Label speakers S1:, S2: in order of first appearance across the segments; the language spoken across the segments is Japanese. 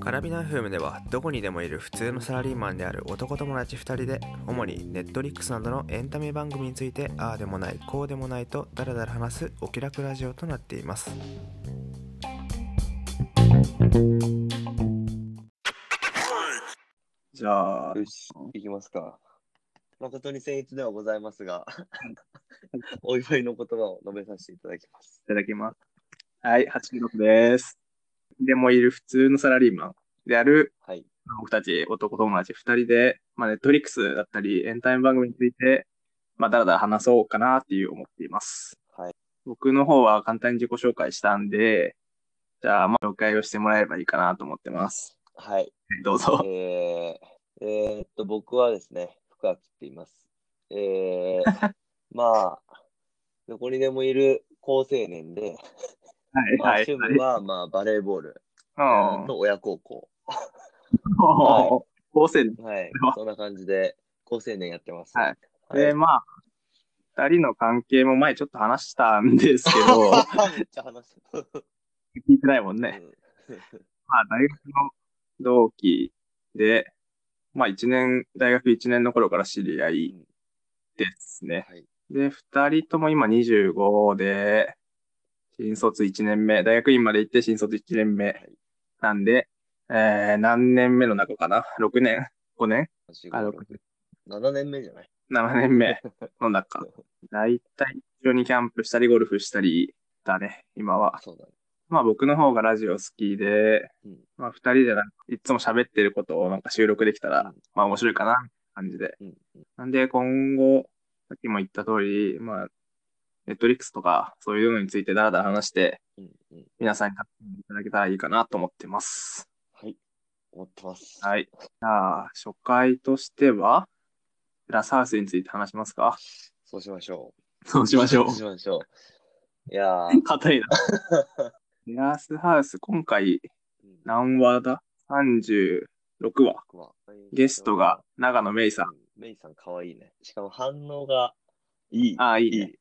S1: カラビナ FM ではどこにでもいる普通のサラリーマンである男友達2人で主にネットリックスなどのエンタメ番組についてああでもないこうでもないとダラダラ話すお気楽ラジオとなっています
S2: じゃあ、
S3: よし、いきますか。誠に僭越ではございますが、 お祝いの言葉を述べさせていただきます。
S2: いただきます。はい、86です。でもいる普通のサラリーマンである
S3: はい。
S2: 僕たち男友達2人で、まあ、ネットフリックスだったりエンタメ番組について、まあ、だらだら話そうかなっていう思っています。
S3: はい。
S2: 僕の方は簡単に自己紹介したんで、じゃあ、まあ、紹介をしてもらえればいいかなと思ってます。
S3: はい。
S2: どうぞ。
S3: えー、えーっと、僕はですね、福明って言います。えー、 まあ、どこにでもいる好青年で、
S2: はい、
S3: まあ、
S2: はい。
S3: 趣味は、まあ、バレーボール
S2: うん。
S3: と親孝行。
S2: 高校生
S3: はい
S2: れは。
S3: そんな感じで、好青年やってます。
S2: はい
S3: い
S2: で、まあ、二人の関係も前ちょっと話したんですけど、
S3: めっちゃ話した。
S2: 聞いてないもんね。
S3: うん
S2: まあ、大学の同期で、まあ、一年、大学1年の頃から知り合いですね。
S3: はい。
S2: で、二人とも今25で、新卒1年目、大学院まで行って新卒1年目
S3: い
S2: なんで、えー、何年目の中かな ?6 年 ?5 年あ
S3: 4 5 6 7年目じゃない
S2: ?7 年目の中。だいたい一緒にキャンプしたり、ゴルフしたりだね、今は。
S3: そうだね。
S2: まあ僕の方がラジオ好きで、
S3: うん
S2: まあ二人でなんかいつも喋ってることをなんか収録できたら、
S3: うん
S2: まあ面白いかな、感じで。
S3: うん
S2: なんで今後、さっきも言った通り、まあ、ネットリックスとかそういうのについてだらだら話して、
S3: うんうん。
S2: 皆さんに楽しんでいただけたらいいかなと思ってます。
S3: はい。思ってます。
S2: はい。じゃあ、初回としては、テラスハウスについて話しますか
S3: そうしましょ
S2: そう
S3: う。
S2: しましょう
S3: そう。しましょう。いやー、
S2: 硬いな。テ ラスハウス、今回
S3: な
S2: 何話だ ?36 話。
S3: 僕は
S2: ゲストが長野めいさん。。
S3: メイさん可愛いね。しかも反応がいい。
S2: ああ、いいね。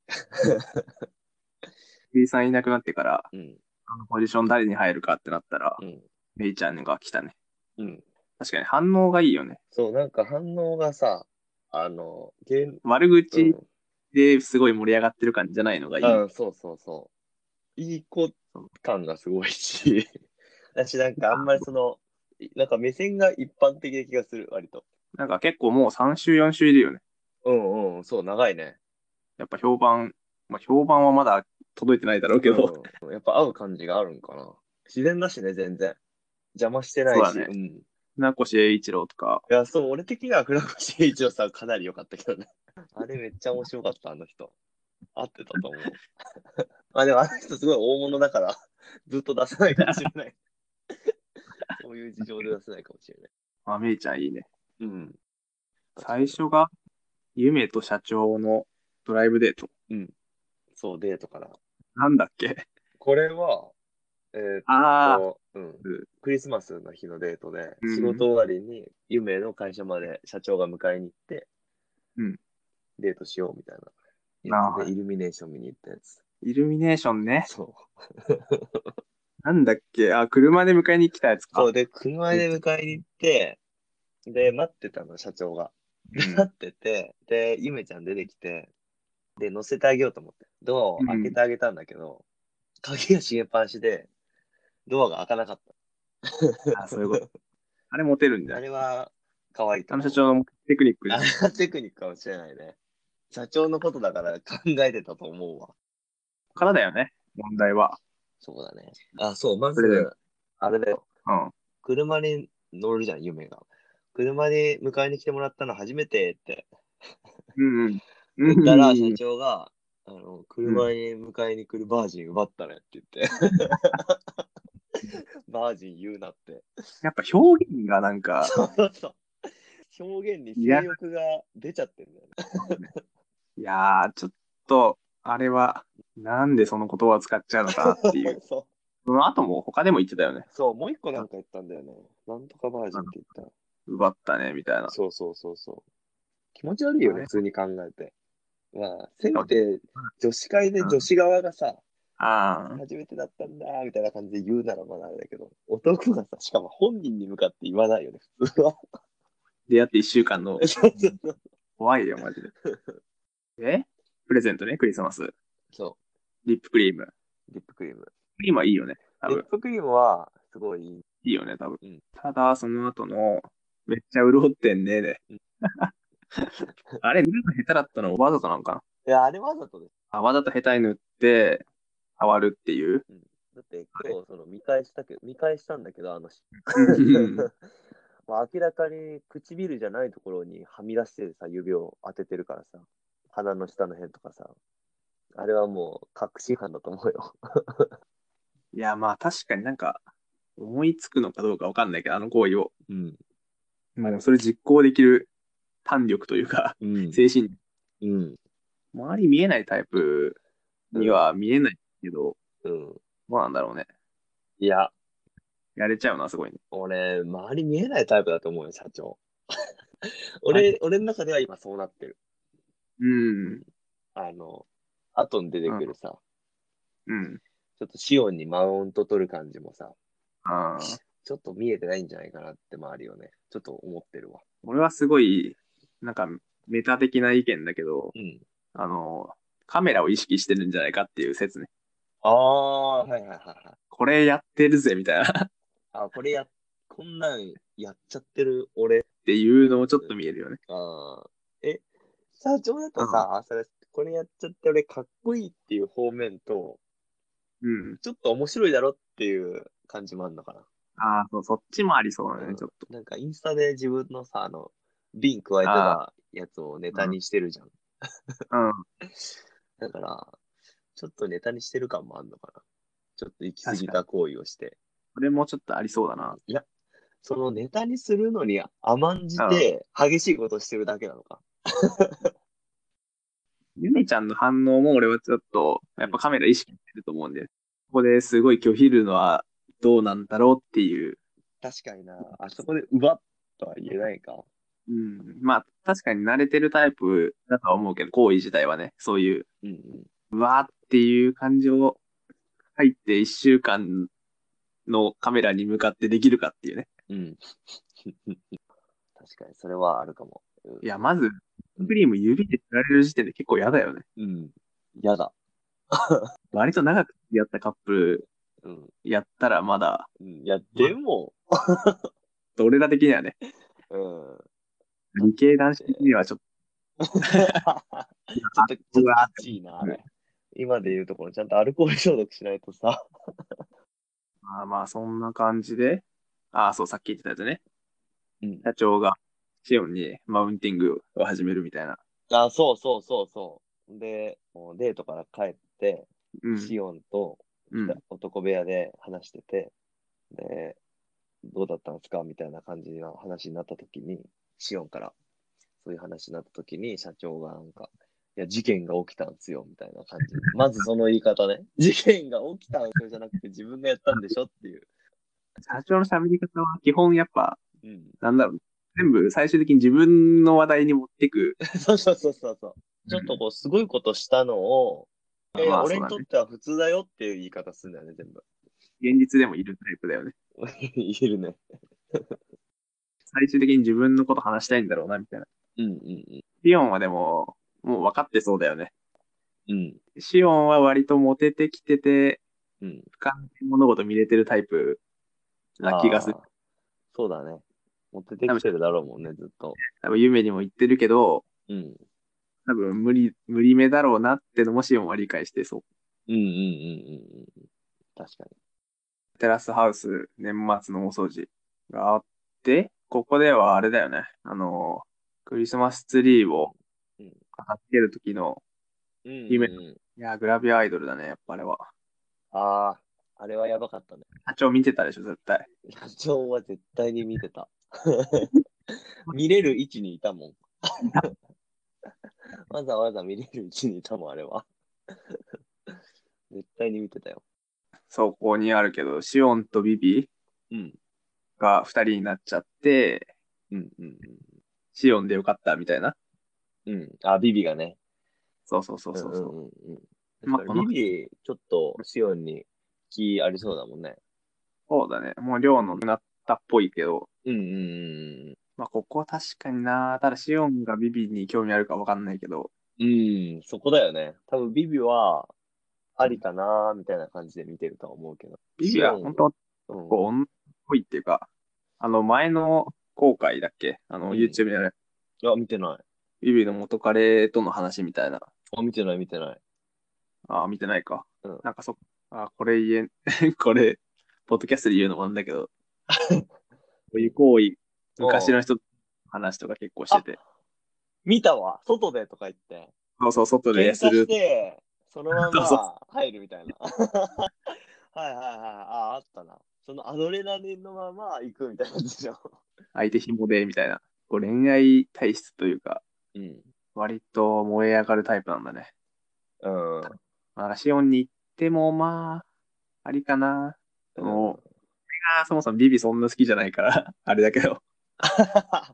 S2: B さんいなくなってから、
S3: うん。
S2: あのポジション誰に入るかってなったら、
S3: うん。
S2: めいちゃんが来たね。
S3: うん。
S2: 確かに反応がいいよね。
S3: そう、なんか反応がさ、あの、ゲーム、
S2: 悪
S3: う
S2: 口
S3: ん
S2: ですごい盛り上がってる感じじゃないのがいい。
S3: うん、そうそうそう。いい子感がすごいし、 私なんかあんまりその、なんか目線が一般的な気がする、割と。
S2: なんか結構もう3週4週いるよね。
S3: うんうん、そう、長いね。
S2: やっぱ評判、まあ評判はまだ届いてないだろうけど、
S3: うんやっぱ合う感じがあるんかな。自然だしね、全然。邪魔してない
S2: そう
S3: し。
S2: だね
S3: うん。い
S2: 船越英一郎とか、
S3: や、そう、俺的には船越英一郎さんかなり良かったけどね。 あれめっちゃ面白かった、あの人。合ってたと思う。 まあでもあの人すごい大物だから、ずっと出さないかもしれない。 そういう事情で出せないかもしれない。
S2: まあ、めいちゃんいいね。
S3: うん。
S2: 最初が、夢と社長のドライブデート。
S3: そう、デートから。
S2: なんだっけ
S3: これは、えーっ
S2: ああ、
S3: と、うん、クリスマスの日のデートで、
S2: うん
S3: 仕事終わりに、夢の会社まで社長が迎えに行って、
S2: うん
S3: デートしようみたい
S2: な
S3: な
S2: あ
S3: やつで、イルミネーション見に行ったやつ。
S2: イルミネーションね。
S3: そう。
S2: なんだっけあ、車で迎えに来たやつか。
S3: そうで、車で迎えに行って、で、待ってたの、社長が。で
S2: うん
S3: 待ってて、で、ゆめちゃん出てきて、で、乗せてあげようと思って、ドアを開けてあげたんだけど、鍵が閉めっぱなしで、ドアが開かなかった。
S2: あ、そういうこと。あれモテるんじゃ
S3: あ
S2: ない
S3: れは、可愛いと
S2: あ
S3: 思
S2: の
S3: う
S2: 社長のテクニックで
S3: あれはテクニックかもしれないね。社長のことだから考えてたと思うわ。
S2: からだよね、問題は。
S3: そうだね。あ、そう、ま
S2: それで
S3: ず、あれだよ。
S2: うん。
S3: 車に乗るじゃん、夢が。車で迎えに来てもらったの初めてって
S2: うんうん。
S3: 言ったら、
S2: うん
S3: 社長が、あの、車に迎えに来るバージン奪ったねっ て言って。バージン言うなって。
S2: やっぱ表現がなんか、
S3: そうそうそう。表現に性欲が出ちゃってるんだよね。
S2: いやー、ちょっと、あれは、なんでその言葉を使っちゃうのかなってい う。
S3: そう。
S2: その後も他でも言ってたよね。
S3: そう、もう一個なんか言ったんだよね。なんとかバージンって言った。
S2: 奪ったね、みたいな。
S3: そうそうそうそう。気持ち悪いよ
S2: あ
S3: ね、
S2: れ
S3: 普通に考えて。まあ、せめて女子会で女子側がさ、
S2: ああ、
S3: 初めてだったんだ、みたいな感じで言うならまだあれだけど、男がさ、しかも本人に向かって言わないよね、普通は。
S2: 出会って一週間の
S3: そうそうそう。
S2: 怖いよ、マ ジで。えプレゼントね、クリスマス。
S3: そ
S2: リップクリーム。
S3: う、リップクリーム。
S2: クリームはいいよね。多
S3: リッ
S2: 分。
S3: プクリームは、すごいいい。
S2: いいよね、多分。
S3: うん
S2: ただ、その後の、めっちゃ潤ってんねで
S3: うん。
S2: あれ、塗るの下手だったのわざとなんかない
S3: や、あれわざとです。
S2: あわざと下手に塗って、触るっていう。
S3: だって、今日、その、見返したけど、見返したんだけど、あの、 まあ明らかに唇じゃないところにはみ出してさ、指を当ててるからさ、鼻の下の辺とかさ、あれはもう、確信犯だと思うよ。
S2: いや、まあ確かになんか、思いつくのかどうかわかんないけど、あの行為を。
S3: うん。
S2: まあでもそれ実行できる弾力というか、
S3: うん。
S2: 精神、
S3: うん。
S2: 周り見えないタイプには見えないけど、
S3: うん。
S2: どうなんだろうね。
S3: いや、
S2: やれちゃうな、すごいね。
S3: 俺、周り見えないタイプだと思うよ、社 長。俺、俺の中では今そうなってる。
S2: うん。
S3: あの、後に出てくるさ、
S2: うん。
S3: ちょっとシオンにマウント取る感じもさ、
S2: ああ。
S3: ちょっと見えてないんじゃないかなって周りをね、ちょっと思ってるわ。
S2: 俺はすごい、なんか、メタ的な意見だけど、
S3: うん。
S2: あの、カメラを意識してるんじゃないかっていう説ね。
S3: ああ、はいはいはいはい。
S2: これやってるぜ、みたいな。 っ
S3: あ、これや、こんなんやっちゃってる俺。
S2: ていうのもちょっと見えるよね。
S3: あーえ、社長だとさ、それ、これやっちゃって俺かっこいいっていう方面と、
S2: うん。
S3: ちょっと面白いだろっていう感じもあるのかな。
S2: ああ、そう、そっちもありそうだ
S3: うん
S2: ね、ちょっと。
S3: なんかインスタで自分のさ、あの、瓶加えてたやつをネタにしてるじゃん。
S2: うん。
S3: だから、ちょっとネタにしてる感もあるのかな。ちょっと行き過ぎた行為をして。
S2: それもちょっとありそうだな。
S3: いや、そのネタにするのに甘んじて激しいことしてるだけなのか。
S2: ゆめちゃんの反応も俺はちょっと、やっぱカメラ意識してると思うんで、ここですごい拒否るのはどうなんだろうっていう。
S3: 確かにな。あそこでうわっとは言えないか。
S2: うん。まあ、確かに慣れてるタイプだとは思うけど、行為自体はね、そういう、
S3: うんうん。
S2: うわーっていう感情を入って一週間のカメラに向かってできるかっていうね。
S3: うん。 確かに、それはあるかも。
S2: いや、まず、クリーム指で塗られる時点で結構嫌だよね。
S3: うん。やだ。
S2: 割と長くやったカップル
S3: うん。
S2: やったらまだ、
S3: うんいや、でも、
S2: 俺ら的にはね、
S3: うん。
S2: 理系男子的にはちょっ
S3: ちょっと、ちょっ
S2: うわ
S3: ときついな、あれ。今で言うところ、ちゃんとアルコール消毒しないとさ。
S2: と、まあまあそんな感じで、ああ、そう、さっき言ってたやつね、
S3: うん。
S2: 社長がシオンにマウンティングを始めるみたいな。
S3: あ、そうそうそうそう。で、もうデートから帰って、
S2: うん。
S3: シオンと
S2: うん、
S3: 男部屋で話してて、で、どうだったんですかみたいな感じの話になった時に、シオンから、そういう話になった時に、社長がなんか、いや、事件が起きたんですよ、みたいな感じ。まずその言い方 ね。事件が起きたんですよじゃなくて自分がやったんでしょっていう。
S2: 社長の喋り方は基本やっぱ、
S3: うん。
S2: なんだろう、全部最終的に自分の話題に持ってく。
S3: そうそうそうそうそう。ちょっとこう、すごいことしたのを、え
S2: まあ
S3: 俺
S2: そうだ
S3: にとっ
S2: ね
S3: ては普通だよっていう言い方するんだよね、全部。
S2: 現実でもいるタイプだよね。
S3: 言えるね。
S2: 最終的に自分のこと話したいんだろうな、みたいな。
S3: うんうん
S2: シオンはでも、もう分かってそうだよね。
S3: うん。うん。
S2: シオンは割とモテてきてて、
S3: うん。
S2: 俯瞰で物事見れてるタイプな気がする
S3: あ。ー。そうだね。持っててきてるだろうもんね、ずっと。
S2: 多分夢にも言ってるけど、
S3: うん。
S2: 多分無理、無理目だろうなってのもシオンは理解してそう。
S3: うんうんうんうんうん。確か
S2: テラスハウス年末の大掃除があって、ここではあれだよね。あの、クリスマスツリーを
S3: うん
S2: 片付ける時の、
S3: に。うん、
S2: 夢
S3: うん。
S2: いや、グラビアアイドルだね、やっぱあれは。
S3: ああ、あれはやばかったね。
S2: 社長見てたでしょ、絶対。
S3: 社長は絶対に見 てた。見れる位置にいたもん。 わざわざ見れる位置にいたもん、あれは。 絶対に見てたよ。
S2: 走行にあるけど、シオンとビビ
S3: うん。
S2: が二人になっちゃって、
S3: うんうん
S2: シオンでよかったみたいな。
S3: うん。うん。あ、ビビがね。
S2: そうそうそうそうそう。
S3: うんうんうんま
S2: ま
S3: あ、
S2: あ
S3: リリー、ちょっと、シオンに気ありそうだもんね。
S2: そうだね。もう量のなったっぽいけど、
S3: うんうんうん
S2: まあ、ここは確かにな。ただ、シオンがビビに興味あるかわかんないけど、
S3: うん。うん、そこだよね。多分、ビビは、ありかなーみたいな感じで見てるとは思うけど。
S2: ビビは
S3: シオン
S2: 本当、
S3: うん
S2: こう、女っぽいっていうか、あの、前の後悔だっけあ
S3: う
S2: の、
S3: ん
S2: YouTube でやる、
S3: いや、見てない。
S2: ビビの元彼との話みたいな。
S3: あ、見てない、見てない。
S2: ああ、見てないか。
S3: うん
S2: なんかそ、ああ、これ言えん、 これ、ポッドキャストで言うのもなんだけど、こういう行為、昔の人の話とか結構してて、
S3: 見たわ外でとか言って。
S2: そうそう、外
S3: 喧
S2: で
S3: 嘩
S2: する
S3: し。て、そのま
S2: そうそう
S3: ま入るみたいな。 はいはいはい。あ、あったな。そのアドレナリンのまま行くみたいな感じでしょ。
S2: 相手紐で、みたいな。こう恋愛体質というか、
S3: うん。
S2: 割と燃え上がるタイプなんだね。
S3: うん。
S2: まあ、シオンに行っても、まあ、ありかな。でも、俺がそもそもビビそんな好きじゃないから、 あれだけど、
S3: あ、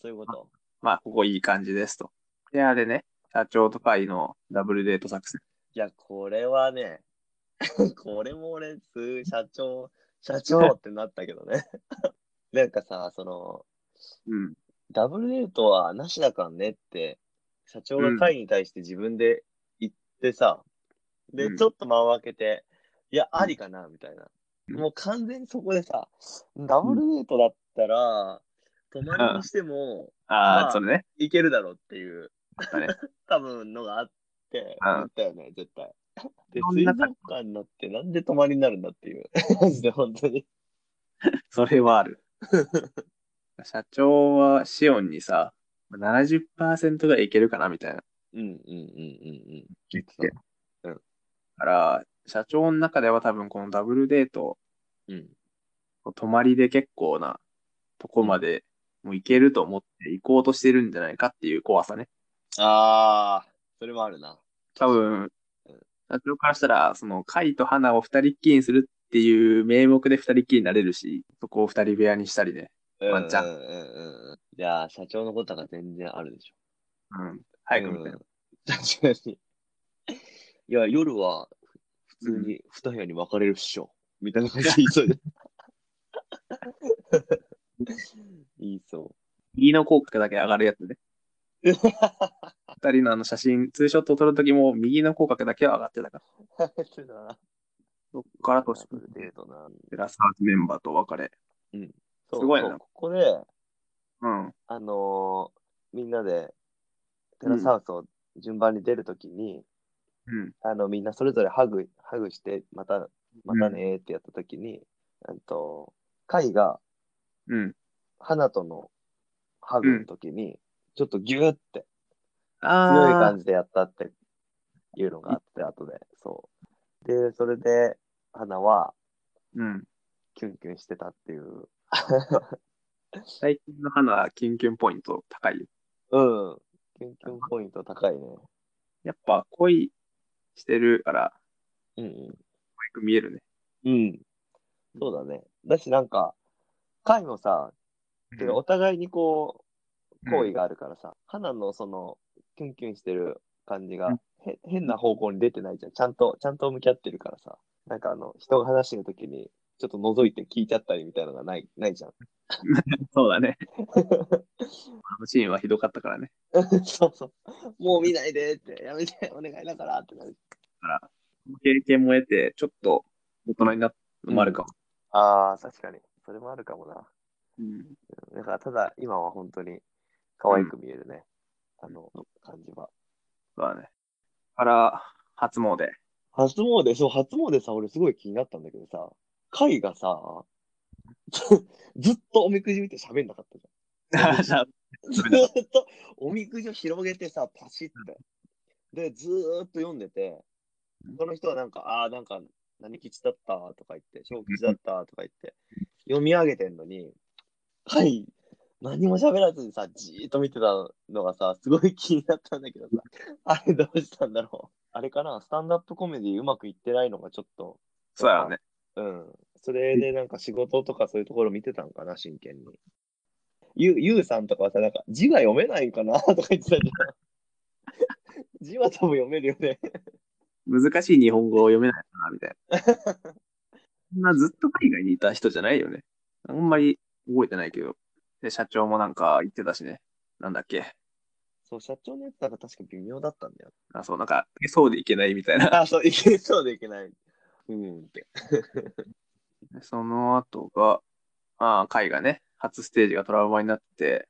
S3: そういうこと。
S2: まあ、ここいい感じですと。で、あれね、社長と会のダブルデート作戦。
S3: いや、これはね、 これも俺、す社長、社長ってなったけどね。 なんかさ、その、
S2: うん。
S3: ダブルデートはなしだからねって、社長が会に対して自分で言ってさ、
S2: う
S3: で、
S2: ん
S3: ちょっと間を空けて、いや、ありかな、みたいな。
S2: うん
S3: もう完全にそこでさ、ダブルデートだったら、泊まりにしても
S2: あ
S3: まあ
S2: あ、それね。
S3: いけるだろうっていう、
S2: あったね。
S3: 多分のがあって、
S2: うん
S3: 言ったよね、絶対。で、
S2: そん
S3: 水
S2: な
S3: 族館になって、なんで泊まりになるんだっていう。マ ジで、本当に。
S2: それはある。社長はシオンにさ、70%がいけるかなみたいな。
S3: うんうんうんうんうん。
S2: 言っ
S3: そう
S2: てから、社長の中では多分このダブルデート、
S3: うん。
S2: 泊まりで結構なとこまでもういけると思って行こうとしてるんじゃないかっていう怖さね。
S3: あー、それもあるな。
S2: 多分、社長からしたら、その、カイと花を二人っきりにするっていう名目で二人っきりになれるし、そこを二人部屋にしたりね。ワンチャン
S3: うんうんうんうん。いやー、社長のことが全然あるでしょ。
S2: うん。早くみたいな。
S3: うん確かに。いや、夜は普通に二部屋に分かれるっしょ。みたいな感じで言い そうで。言いそ
S2: 右の口角だけ上がるやつね。
S3: う。
S2: 二人のあの写真、ツーショットを撮るときも右の口角だけは上がってたから。
S3: そうだな。
S2: そっから年
S3: ダブルデートな。
S2: テラサーズメンバーとお別れ。
S3: そう
S2: すごいな
S3: そうここで、
S2: うん。
S3: あのーみんなでテラスハウスを順番に出るときに、
S2: うん。
S3: あの、みんなそれぞれハグ、ハグして、また、またねーってやったときに、うんと、カイが、
S2: うん。
S3: 花とのハグのときに、ちょっとギューって強い
S2: あ
S3: 感じでやったっていうのがあって、後で、そう。で、それで、花は
S2: ー。うん。
S3: キュンキュンしてたっていう。
S2: 最近の花はキュンキュンポイント高いよ。
S3: うん。キュンキュンポイント高いね。
S2: やっぱ恋してるから、
S3: うんうん。
S2: よく見えるね。
S3: うん。そうだね。だし、なんか、回もさ、てかお互いにこう、好意があるからさ、花のその、キュンキュンしてる感じ
S2: う
S3: が
S2: ん、
S3: へ変な方向に出てないじゃん。ちゃんと、ちゃんと向き合ってるからさ、なんかあの、人が話してるときに、ちょっと覗いて聞いちゃったりみたいなのがない、ないじゃん。
S2: そうだね。 あのシーンはひどかったからね。
S3: そうそう。もう見ないでって、やめて、お願いだからってなる。
S2: 経験も得て、ちょっと大人になったのもあるかも。
S3: ああ、確かに。それもあるかもな。
S2: うん。
S3: だから、ただ、今は本当に可愛く見えるね。あの、感じは。
S2: そうだね。から、初詣。
S3: 初詣、そう、初詣さ、俺すごい気になったんだけどさ、会がさ、 ずっとおみくじ見て喋んなかったじゃん。ず
S2: 喋んなか
S3: ーっとおみくじを広げてさ、パシって。で、ずーっと読んでて、その人はなんか、ああー、なんか、何吉だったとか言って、小吉だったとか言って、読み上げてんのに、はい、何も喋らずにさ、じーっと見てたのがさ、すごい気になったんだけどさ、あれどうしたんだろう。あれかな、スタンダップコメディうまくいってないのがちょっと、
S2: そうだね。
S3: うん。それでなんか仕事とかそういうところ見てたんかな、真剣に。ゆゆうさんとかはさ、なんか字が 読めないんかなとか言ってたじゃん。字は多分読めるよね。
S2: 難しい日本語を読めないかな、みたいな。そんなずっと海外にいた人じゃないよね。あんまり覚えてないけど。で、社長もなんか言ってたしね。なんだっけ。
S3: そう、社長のやつなんか確か微妙だったんだよ。
S2: あ、そう、なんか、そうでいけないみたいな。
S3: あ、そう、いけそうでいけない。うんって。
S2: その後が、ああ、海がね、初ステージがトラウマになって、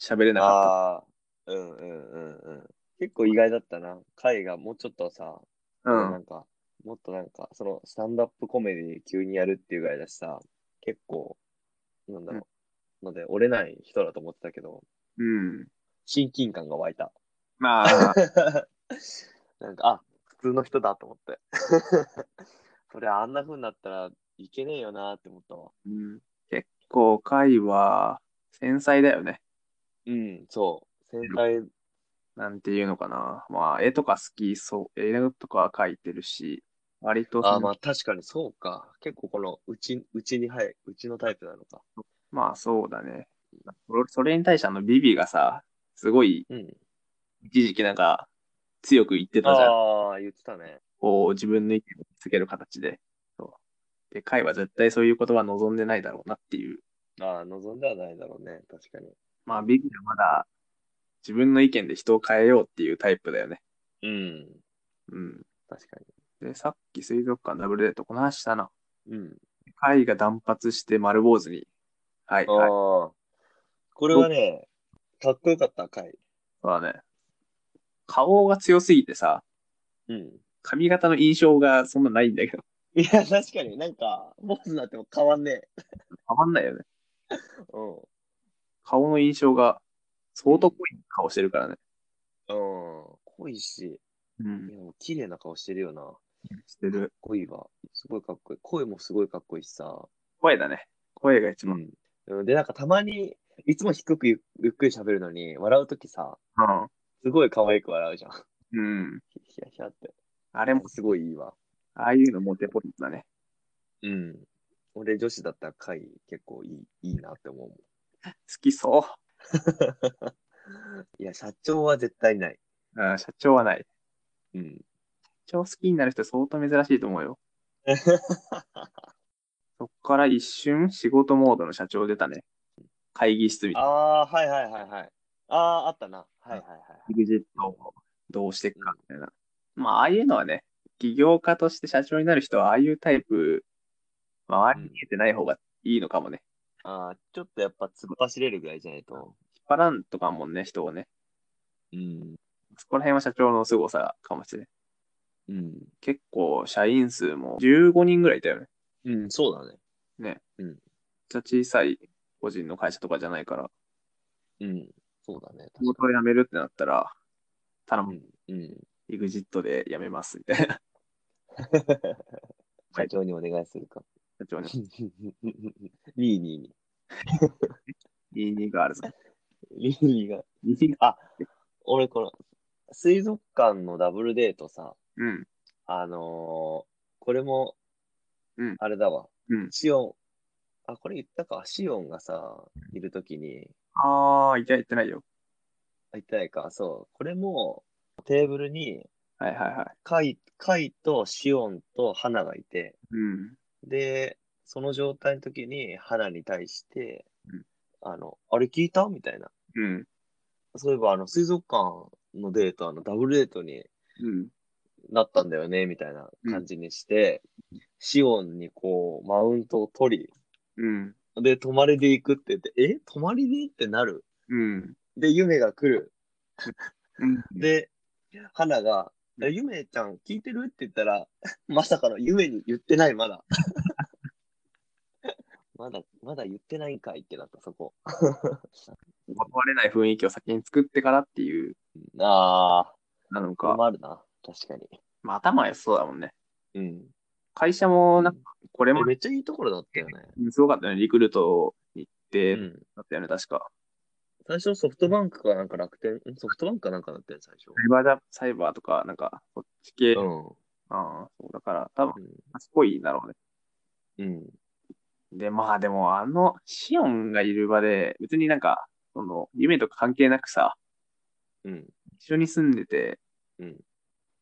S2: 喋れなかっ
S3: ああ、うんうんうんうん。結構意外だったな。海がもうちょっとさ、
S2: た。うん
S3: な。んか、もっとなんか、その、スタンダップコメディ急にやるっていうぐらいだしさ、結構、なんだろう、ので、折れない人だと思ってたけど、
S2: うん。
S3: 親近感が湧い た。
S2: まあ、
S3: なんか、あ、普通の人だと思って。 そりゃあんな風になったらいけねえよなって思ったわ。
S2: うん、結構海は繊細だよね。
S3: うん、そう。繊細、
S2: なんていうのかな。まあ、絵とか好きそう。絵とかは描いてるし、割とそ
S3: あ
S2: の
S3: ー、まあ確かにそうか。結構この、うち、うちに、はい、うちのタイプなのか。
S2: まあそうだね。そそれに対してあのビビがさ、すごい
S3: うん。
S2: 一時期なんか強く言ってたじゃん。
S3: ああ、言ってたね。
S2: こう自分の意見をつける形で。そうで、海は絶対そういう言葉望んでないだろうなっていう。
S3: ああ、望んではないだろうね。確かに。
S2: まあビビはまだ自分の意見で人を変えようっていうタイプだよね。
S3: うん。
S2: うん。
S3: 確か
S2: で、さっき水族館ダブルデートこの話したな。
S3: に。うん。
S2: 海が断髪して丸坊主に。はい、
S3: あ
S2: はい。
S3: あ。これはね、かっこよかった回。
S2: そうだね。顔が強すぎてさ、
S3: うん。
S2: 髪型の印象がそんなないんだけど、
S3: いや、確かになんか、坊主になっても変わんね
S2: たまんないよね。
S3: え。うん。
S2: 顔の印象が相当濃い顔してるからね。
S3: うん。濃いし、
S2: う
S3: い
S2: ん。
S3: やもう綺麗な顔してるよな。か
S2: してる
S3: っ。こいいわ。すごいかっこいい。声もすごいかっこいいしさ。
S2: 声だね。声が一番。うん。
S3: うん。で、なんかたまに、いつも低くゆゆっくり喋るのに、笑うときさ、すごい可愛く笑う じゃん。
S2: うん。
S3: ヒヤヒヤって。
S2: あれも、
S3: すごいいいわ。
S2: ああいうのもデポリットだね。
S3: うん。俺女子だったら回結構いい、いいなって思うもん。
S2: 好きそ
S3: いや、社長は絶対ない。
S2: う。うん、社長はない。
S3: うん。
S2: 社長好きになる人相当珍しいと思うよ。そっから一瞬仕事モードの社長出たね。会議室みたいな。
S3: ああー、はいはいはいはい。ああ、あったな。はいはいはい。
S2: エグジットをどうしていくかみたいな。まあ、ああいうのはね、起業家として社長になる人は、ああいうタイプ、周りに見えてない方がいいのかもね。
S3: ああ、ちょっとやっぱ突っ走れるぐらいじゃないと。
S2: 引っ張らんとかもんね、人をね。
S3: うん。
S2: そこら辺は社長の凄さかもしれない。
S3: うん。
S2: 結構、社員数も15人ぐらいいたよね。
S3: うん、そうだね。
S2: めっちゃ小さい個人の会社とかじゃないから、
S3: うん。そうだね。
S2: 仕事を辞めるってなったら、頼む、
S3: うん。うん。
S2: エグジットで辞めます、みたいな。
S3: 社長にお願いする か。
S2: 社長に、
S3: リーニ
S2: 22があるぞ。
S3: ーに。リーニーが。
S2: 22が。
S3: 俺、この、水族館のダブルデートさ、
S2: うん。
S3: あのーこれも
S2: うん、
S3: あれだわ。
S2: うん
S3: シオン、あ、これ言ったか。シオンがさ、いるときに、
S2: あー、いたいってないよ。
S3: あ言ってないか。そう。これも、テーブルに、
S2: はいはいはい。
S3: カイ、カイとシオンと花がいて、
S2: うん。
S3: で、その状態の時に、花に対して
S2: うん、
S3: あの、あれ聞いたみたいな。
S2: うん。
S3: そういえば、あの、水族館のデート、あの、ダブルデートに
S2: うん。
S3: なったんだよね、みたいな感じにして、シオンにこう、マウントを取
S2: うん。
S3: り、で、泊まりで行くって言って、え泊まりでってなる
S2: うん。
S3: で、夢が来る。
S2: うん、
S3: で、花が、え夢ちゃん聞いてるって言ったら、 まさかの夢に言ってない、まだ。 まだ、まだ言ってないんかいってなった、そこ。
S2: 断れない雰囲気を先に作ってからっていう、
S3: ああ、
S2: なのか。
S3: 困るな、確かに。
S2: まあ、頭良さそうだもんね。
S3: うん。
S2: 会社も、なんか、これま
S3: え
S2: で
S3: めっちゃいいところだったよね。
S2: すごかったね。リクルートに行って、
S3: うん。
S2: だったよね、確か。
S3: 最初ソフトバンクかなんか楽天、んソフトバンクかなんかだったよね、最初。
S2: サイバーだ、サイバーとか、なんか、そっち系。あ
S3: う
S2: あ、そうだから、多分、
S3: ん。
S2: 賢いんだろうね。
S3: うん。
S2: で、まあでも、あの、シオンがいる場で、別になんか、その、夢とか関係なくさ、
S3: うん。
S2: 一緒に住んでて、
S3: うん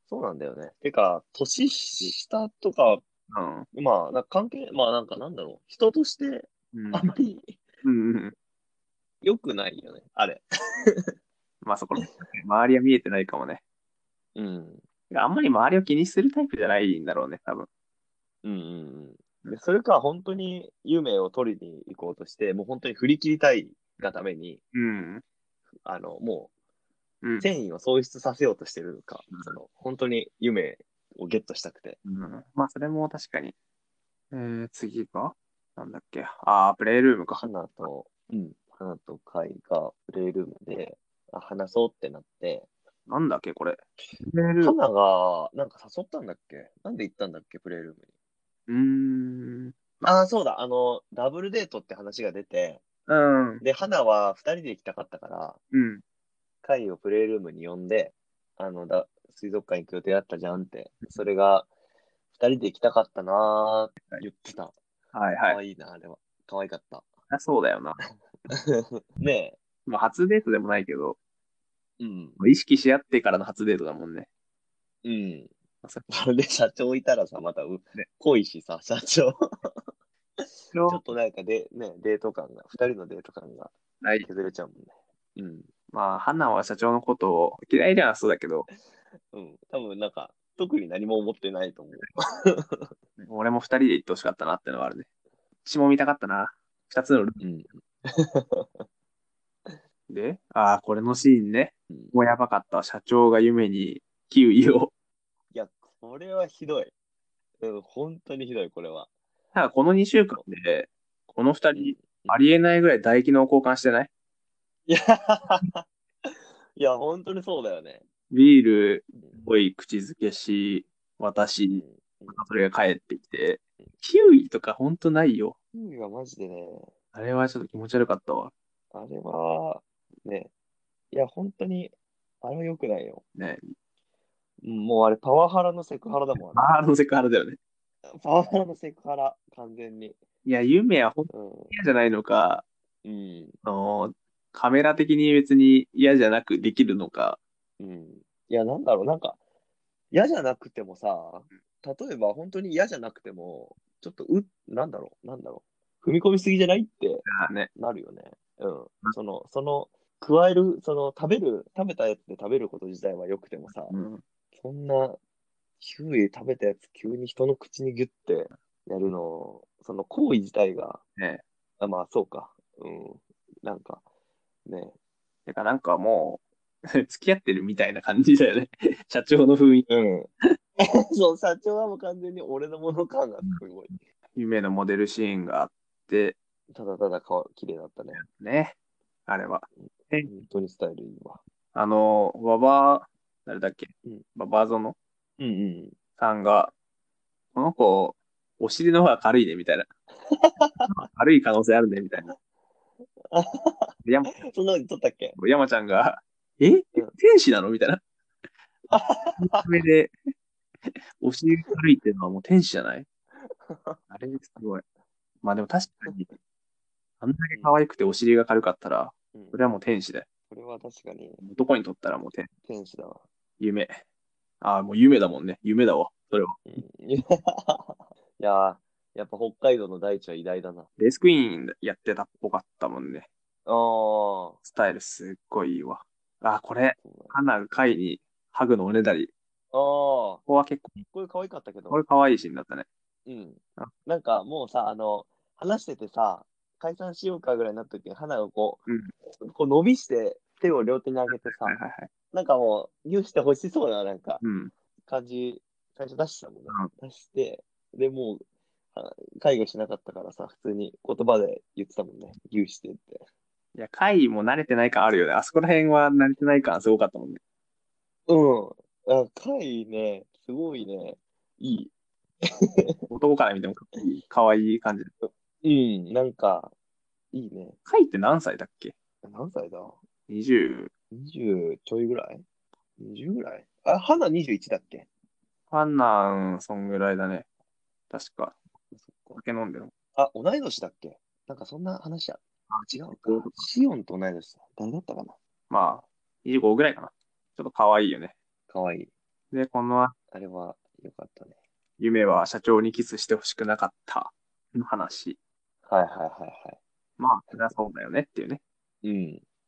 S3: そうなんだよね。てか、年下とか、
S2: うん。
S3: まあ、なんか関係、まあなんかなんだろう。人として
S2: うん
S3: あまり
S2: うんうん。
S3: 良くないよね。あれ。
S2: まあそこの、周りは見えてないかもね。
S3: うん。
S2: あんまり周りを気にするタイプじゃないんだろうね、多分。
S3: うんうんうん。で、それか本当に夢を取りに行こうとして、もう本当に振り切りたいがために、
S2: うん。
S3: あの、も
S2: う。
S3: うん繊維を喪失させようとしてるのか、
S2: うん
S3: その、本当に夢をゲットしたくて。
S2: うんまあそれも確かに。えー、次がなんだっけ。あー、プレイルームか。
S3: 花と、うん、花と海がプレイルームで、あ、話そうってなって、
S2: なんだっけ、これ。プレイルーム。
S3: 花が、なんか誘ったんだっけなんで行ったんだっけプレイルームに。
S2: うーん。
S3: ああ、そうだ、あの、ダブルデートって話が出て、
S2: うん。
S3: で、花は二人で行きたかったから、
S2: うん。
S3: カイをプレイルームに呼んで、あの、だ水族館行く予定だったじゃんって、それが、二人で行きたかったなーって言ってた。
S2: はい
S3: か
S2: はい。
S3: わいいな、あれは。かわいかった。
S2: あそうだよな。
S3: ね
S2: まあ初デートでもないけど、
S3: え。うん。
S2: 意識し合ってからの初デートだもんね。
S3: うん。
S2: あそ
S3: それで社長いたらさ、またう、濃いしさ、社長。ち ょっとなんかで、ね、デート感が、二人のデート感が
S2: ない。
S3: 削れちゃうもんね。うん。
S2: まあ、花は社長のことを嫌いではそうだけど、
S3: うん。多分なんか、特に何も思ってないと思う。
S2: 俺も二人で行ってほしかったなってのはあるね。血も見たかったな。二つのルー
S3: うん。
S2: プで、ああ、これのシーンね。
S3: うん
S2: もうやばかった。社長が夢にキウイを。
S3: いや、これはひどい。うん、本当にひどい、これは。
S2: ただこの2週間で、この2人、ありえないぐらい唾液の交換してない
S3: いや、 いや、本当にそうだよね。
S2: ビールっぽい口づけし、私、それが帰ってきて、キウイとかほんとないよ。
S3: キウイはマジでね、
S2: あれはちょっと気持ち悪かったわ。
S3: あれは、ね、いや、本当に、あれは良くないよ。
S2: ね
S3: うんもうあれ、パワハラのセクハラだ もん。あ
S2: あーあのセクハラだよね。
S3: れパワハラのセクハラ、完全に。
S2: いや、夢はほんと
S3: うん。
S2: 嫌じゃないのか、
S3: うん。
S2: あのカメラ的に別に嫌じゃなくできるのか。
S3: うん。いや、なんだろう、なんか、嫌じゃなくてもさ、例えば本当に嫌じゃなくても、ちょっとう、なんだろう、なんだろう、踏み込みすぎじゃないって
S2: あーね。
S3: なるよね。うん。その、その、加える、その、食べる、食べたやつで食べること自体は良くてもさ、
S2: うん。
S3: そんな、キウイ食べたやつ急に人の口にギュッてやるの、その行為自体が、
S2: ね
S3: あまあそうか、うん、なんか、ね、
S2: てかなんかもう、 付き合ってるみたいな感じだよね。 社長の雰囲気。
S3: うん。 そう、社長はもう完全に俺のもの感がすごい。
S2: 夢のモデルシーンがあって、
S3: ただただ顔綺麗だったね。
S2: ね。あれは。
S3: 本当にスタイルいいわ。
S2: あの、ババア、誰だっけ、
S3: うん
S2: ババアゾノ
S3: うんうん。
S2: さんが、この子、お尻の方が軽いね、みた いな。軽い可能性あるね、みたいな。で山
S3: そんなの撮ったっ け
S2: 山ちゃんが、え天使なのみたいな。見た目で、お尻が軽いっていうのはもう天使じゃないあれすごい。まあでも確かに、あんだけ可愛くてお尻が軽かったら、
S3: うん
S2: それはもう天使だよ。
S3: これは確かに
S2: 男にとったらもう天
S3: 天使だわ。
S2: 夢。ああ、もう夢だもんね。夢だわ。それは。
S3: うん いやー、やっぱ北海道の大地は偉大だな。
S2: レースクイーンやってたっぽかったもんね。
S3: ああ。
S2: スタイルすっごいいいわ。ああ、これ、
S3: そうだね
S2: 花が貝にハグのおねだり。
S3: ああ、
S2: ここは結構、
S3: これ可愛かったけど
S2: こ。れ可愛いシーンだったね。
S3: うん
S2: あ。
S3: なんかもうさ、あの、話しててさ、解散しようかぐらいになった時に、花がこう、こう伸びして、手を両手に上げてさ
S2: は、いはいはい。
S3: なんかもう、ギュッしてほしそうな、なんか、
S2: うん。
S3: 感じ、最初出してたもんね。出して、で、もう、あ介護しなかったからさ、普通に言葉で言ってたもんね。ギュッしてって。
S2: いや、貝も慣れてない感あるよね。あそこら辺は慣れてない感すごかったもんね。
S3: うん。あ、貝ね、すごいね、いい。
S2: 男から見てもかっこいい可愛い感じ。
S3: うん、なんか、いいね。
S2: 貝って何歳だっけ
S3: 何歳だ
S2: ?20。
S3: ?20 ちょいぐらい ?20 ぐらいあ、花21だっけ
S2: ファンなん、そんぐらいだね。確か。
S3: そっか
S2: 酒飲んでる。
S3: あ、同い年だっけなんかそんな話や。あ、違うか。シオンと同い年だ。誰だったかな
S2: まあ、25ぐらいかな。ちょっと可愛いよね。
S3: かわいい。
S2: ね、この
S3: あれは良かったね。
S2: 夢は社長にキスしてほしくなかったの話。
S3: はいはいはいは
S2: まあ、そりゃそうだよねっていうね。
S3: い。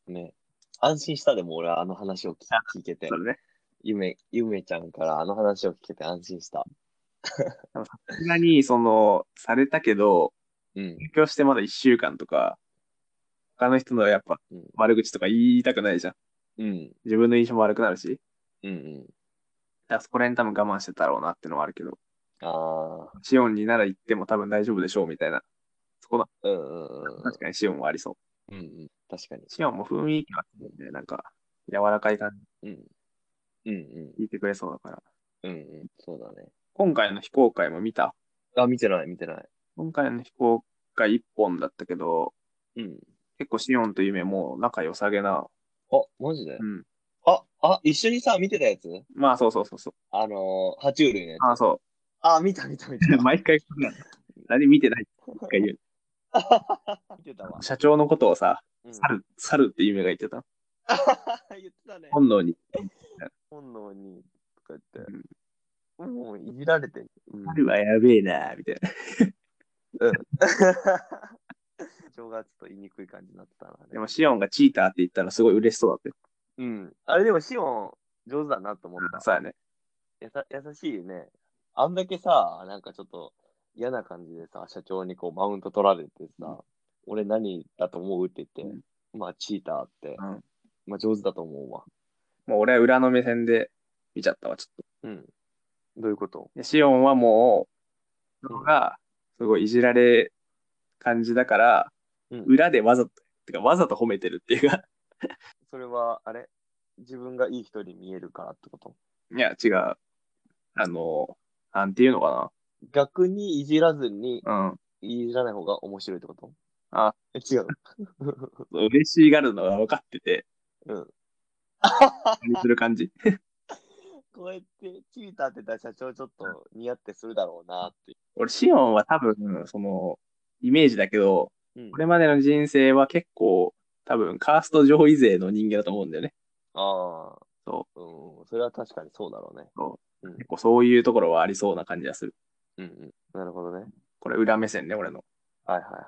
S3: うん。ね。安心したでも俺はあの話を聞聞けて
S2: そ、れね。
S3: ゆめ、ゆめちゃんからあの話を聞けて安心した。
S2: さすがに、その、されたけど、
S3: うん。
S2: 勉強してまだ1週間とか、他の人のやっぱ
S3: うん。
S2: 悪口とか言いたくないじゃん。
S3: うん。
S2: 自分の印象も悪くなるし。
S3: うんうん。
S2: だからそこら辺多分我慢してたろうなってのはあるけど、
S3: ああ。
S2: シオンになら行っても多分大丈夫でしょうみたいな。そこだ。
S3: うんうんうん。
S2: 確かにシオンはありそう。
S3: うんうん。確かに。
S2: シオンも雰囲気があるんで、なんか、柔らかい感
S3: うん。うんうん。
S2: じ聞いてくれそうだから。
S3: うんうん。そうだね。
S2: 今回の非公開も見た
S3: あ、見てない、見てない。
S2: 今回の非公開一本だったけど、
S3: うん。
S2: 結構シオンと夢もう仲良さげな。
S3: あ、マジで
S2: うん。
S3: あ、あ、一緒にさ、見てたやつ
S2: まあそうそうそうそう。
S3: あのー、爬虫類のやつ。
S2: ああそ
S3: あ、見た見 た見た。
S2: う。 毎回こんなの何見てないって一回言う。
S3: 見てたわ。
S2: 社長のことをさ、
S3: うん
S2: 猿、猿って夢が言ってた。
S3: 言ってたね。
S2: 本能に。
S3: 本能に、とか言って。もういじられてる。うん
S2: 猿はやべえな、みたいな。
S3: 正月と言いにくい感じになってたな。
S2: でもシオンがチーターって言ったらすごい嬉しそうだったよ。
S3: うん。あれでもシオン、上手だなと思った。
S2: そうやね。
S3: やさ優しいよね。あんだけさ、なんかちょっと嫌な感じでさ、社長にこうマウント取られてさ、
S2: うん
S3: 俺何だと思うって言って、
S2: う
S3: まあチーターって、
S2: うん
S3: まあ上手だと思うわ。
S2: もう俺は裏の目線で見ちゃったわ、ちょっと
S3: うん。どういうこと。
S2: でシオンはもう、
S3: うん
S2: が、すごいいじられ感じだから、
S3: うん
S2: 裏でわざと、てかわざと褒めてるっていうか、
S3: それは、あれ自分がいい人に見えるからってこと
S2: いや、違う。あの、なんていうのか
S3: 逆にいじらずに、
S2: な。
S3: いじらない方が面白いってこと
S2: あ
S3: え、違う。
S2: うん。嬉しがるのが分かってて、
S3: うん。
S2: 何する感じ。
S3: こうやってチーターって言ったら社長ちょっと似合ってするだろうなって。
S2: 俺、シオンは多分、その、イメージだけど、
S3: うん
S2: これまでの人生は結構、多分、カースト上位勢の人間だと思うんだよね。
S3: ああ。。
S2: そう
S3: うん。それは確かにそうだろうね。
S2: 結構そういうところはありそうな感じがする。
S3: うんうん。なるほどね。
S2: これ裏目線ね、俺の。
S3: はいはいはい。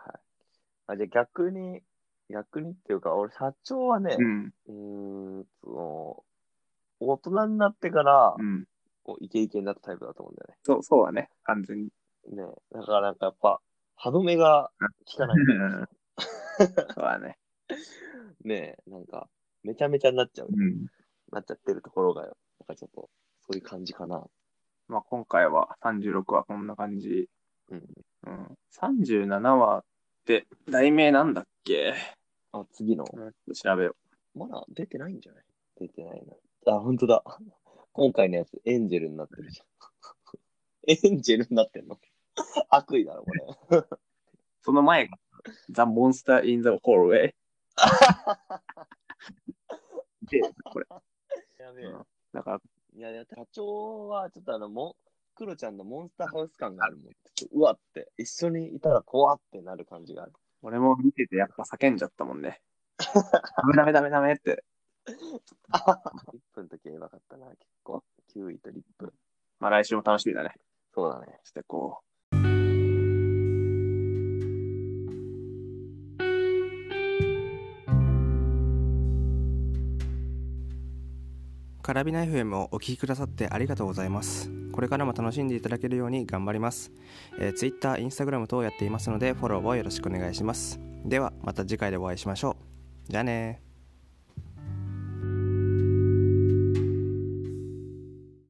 S3: あ、じゃあ逆に、逆にっていうか、俺社長はね
S2: う、ん。
S3: うーん、その、大人になってから
S2: う、ん。
S3: こうイケイケになったタイプだと思うんだよ
S2: そう、そうだね。完全に。
S3: ね。ねだからなんかやっぱ、歯止めが効かない。
S2: そうだね。
S3: ねなんか、めちゃめちゃになっちゃう、
S2: うん。
S3: なっちゃってるところが、なんかちょっと、そういう感じかな。
S2: まあ、今回は36はこんな感じ。
S3: うん。
S2: うん。37話って、題名なんだっけ
S3: あ、次の。
S2: うんちょっと調べよ
S3: まだ出てないんじゃない出てないな。あ、本当だ。 今回のやつ、エンジェルになってるじゃん。 エンジェルになってんの 悪意だろ、これ。
S2: う。その前が、The Monster in the Hallway。で、これ。
S3: やべ
S2: えだから、
S3: いや、社長は、ちょっとあの、も、クロちゃんのモンスターハウス感があるもん。ちょっとうわって、一緒にいたら怖ってなる感じがある。
S2: 俺も見ててやっぱ叫んじゃったもんね。ダメダメダメダメって。
S3: 1分とけばかったな、結構。9位とリップ。
S2: まあ、来週も楽しみだね。
S3: そうだね。
S2: そしてこう。
S1: カラビナ FM をお聞きくださってありがとうございます。これからも楽しんでいただけるように頑張ります。えー、Twitter、Instagram 等やっていますのでフォローをよろしくお願いします。ではまた次回でお会いしましょう。じゃあねー。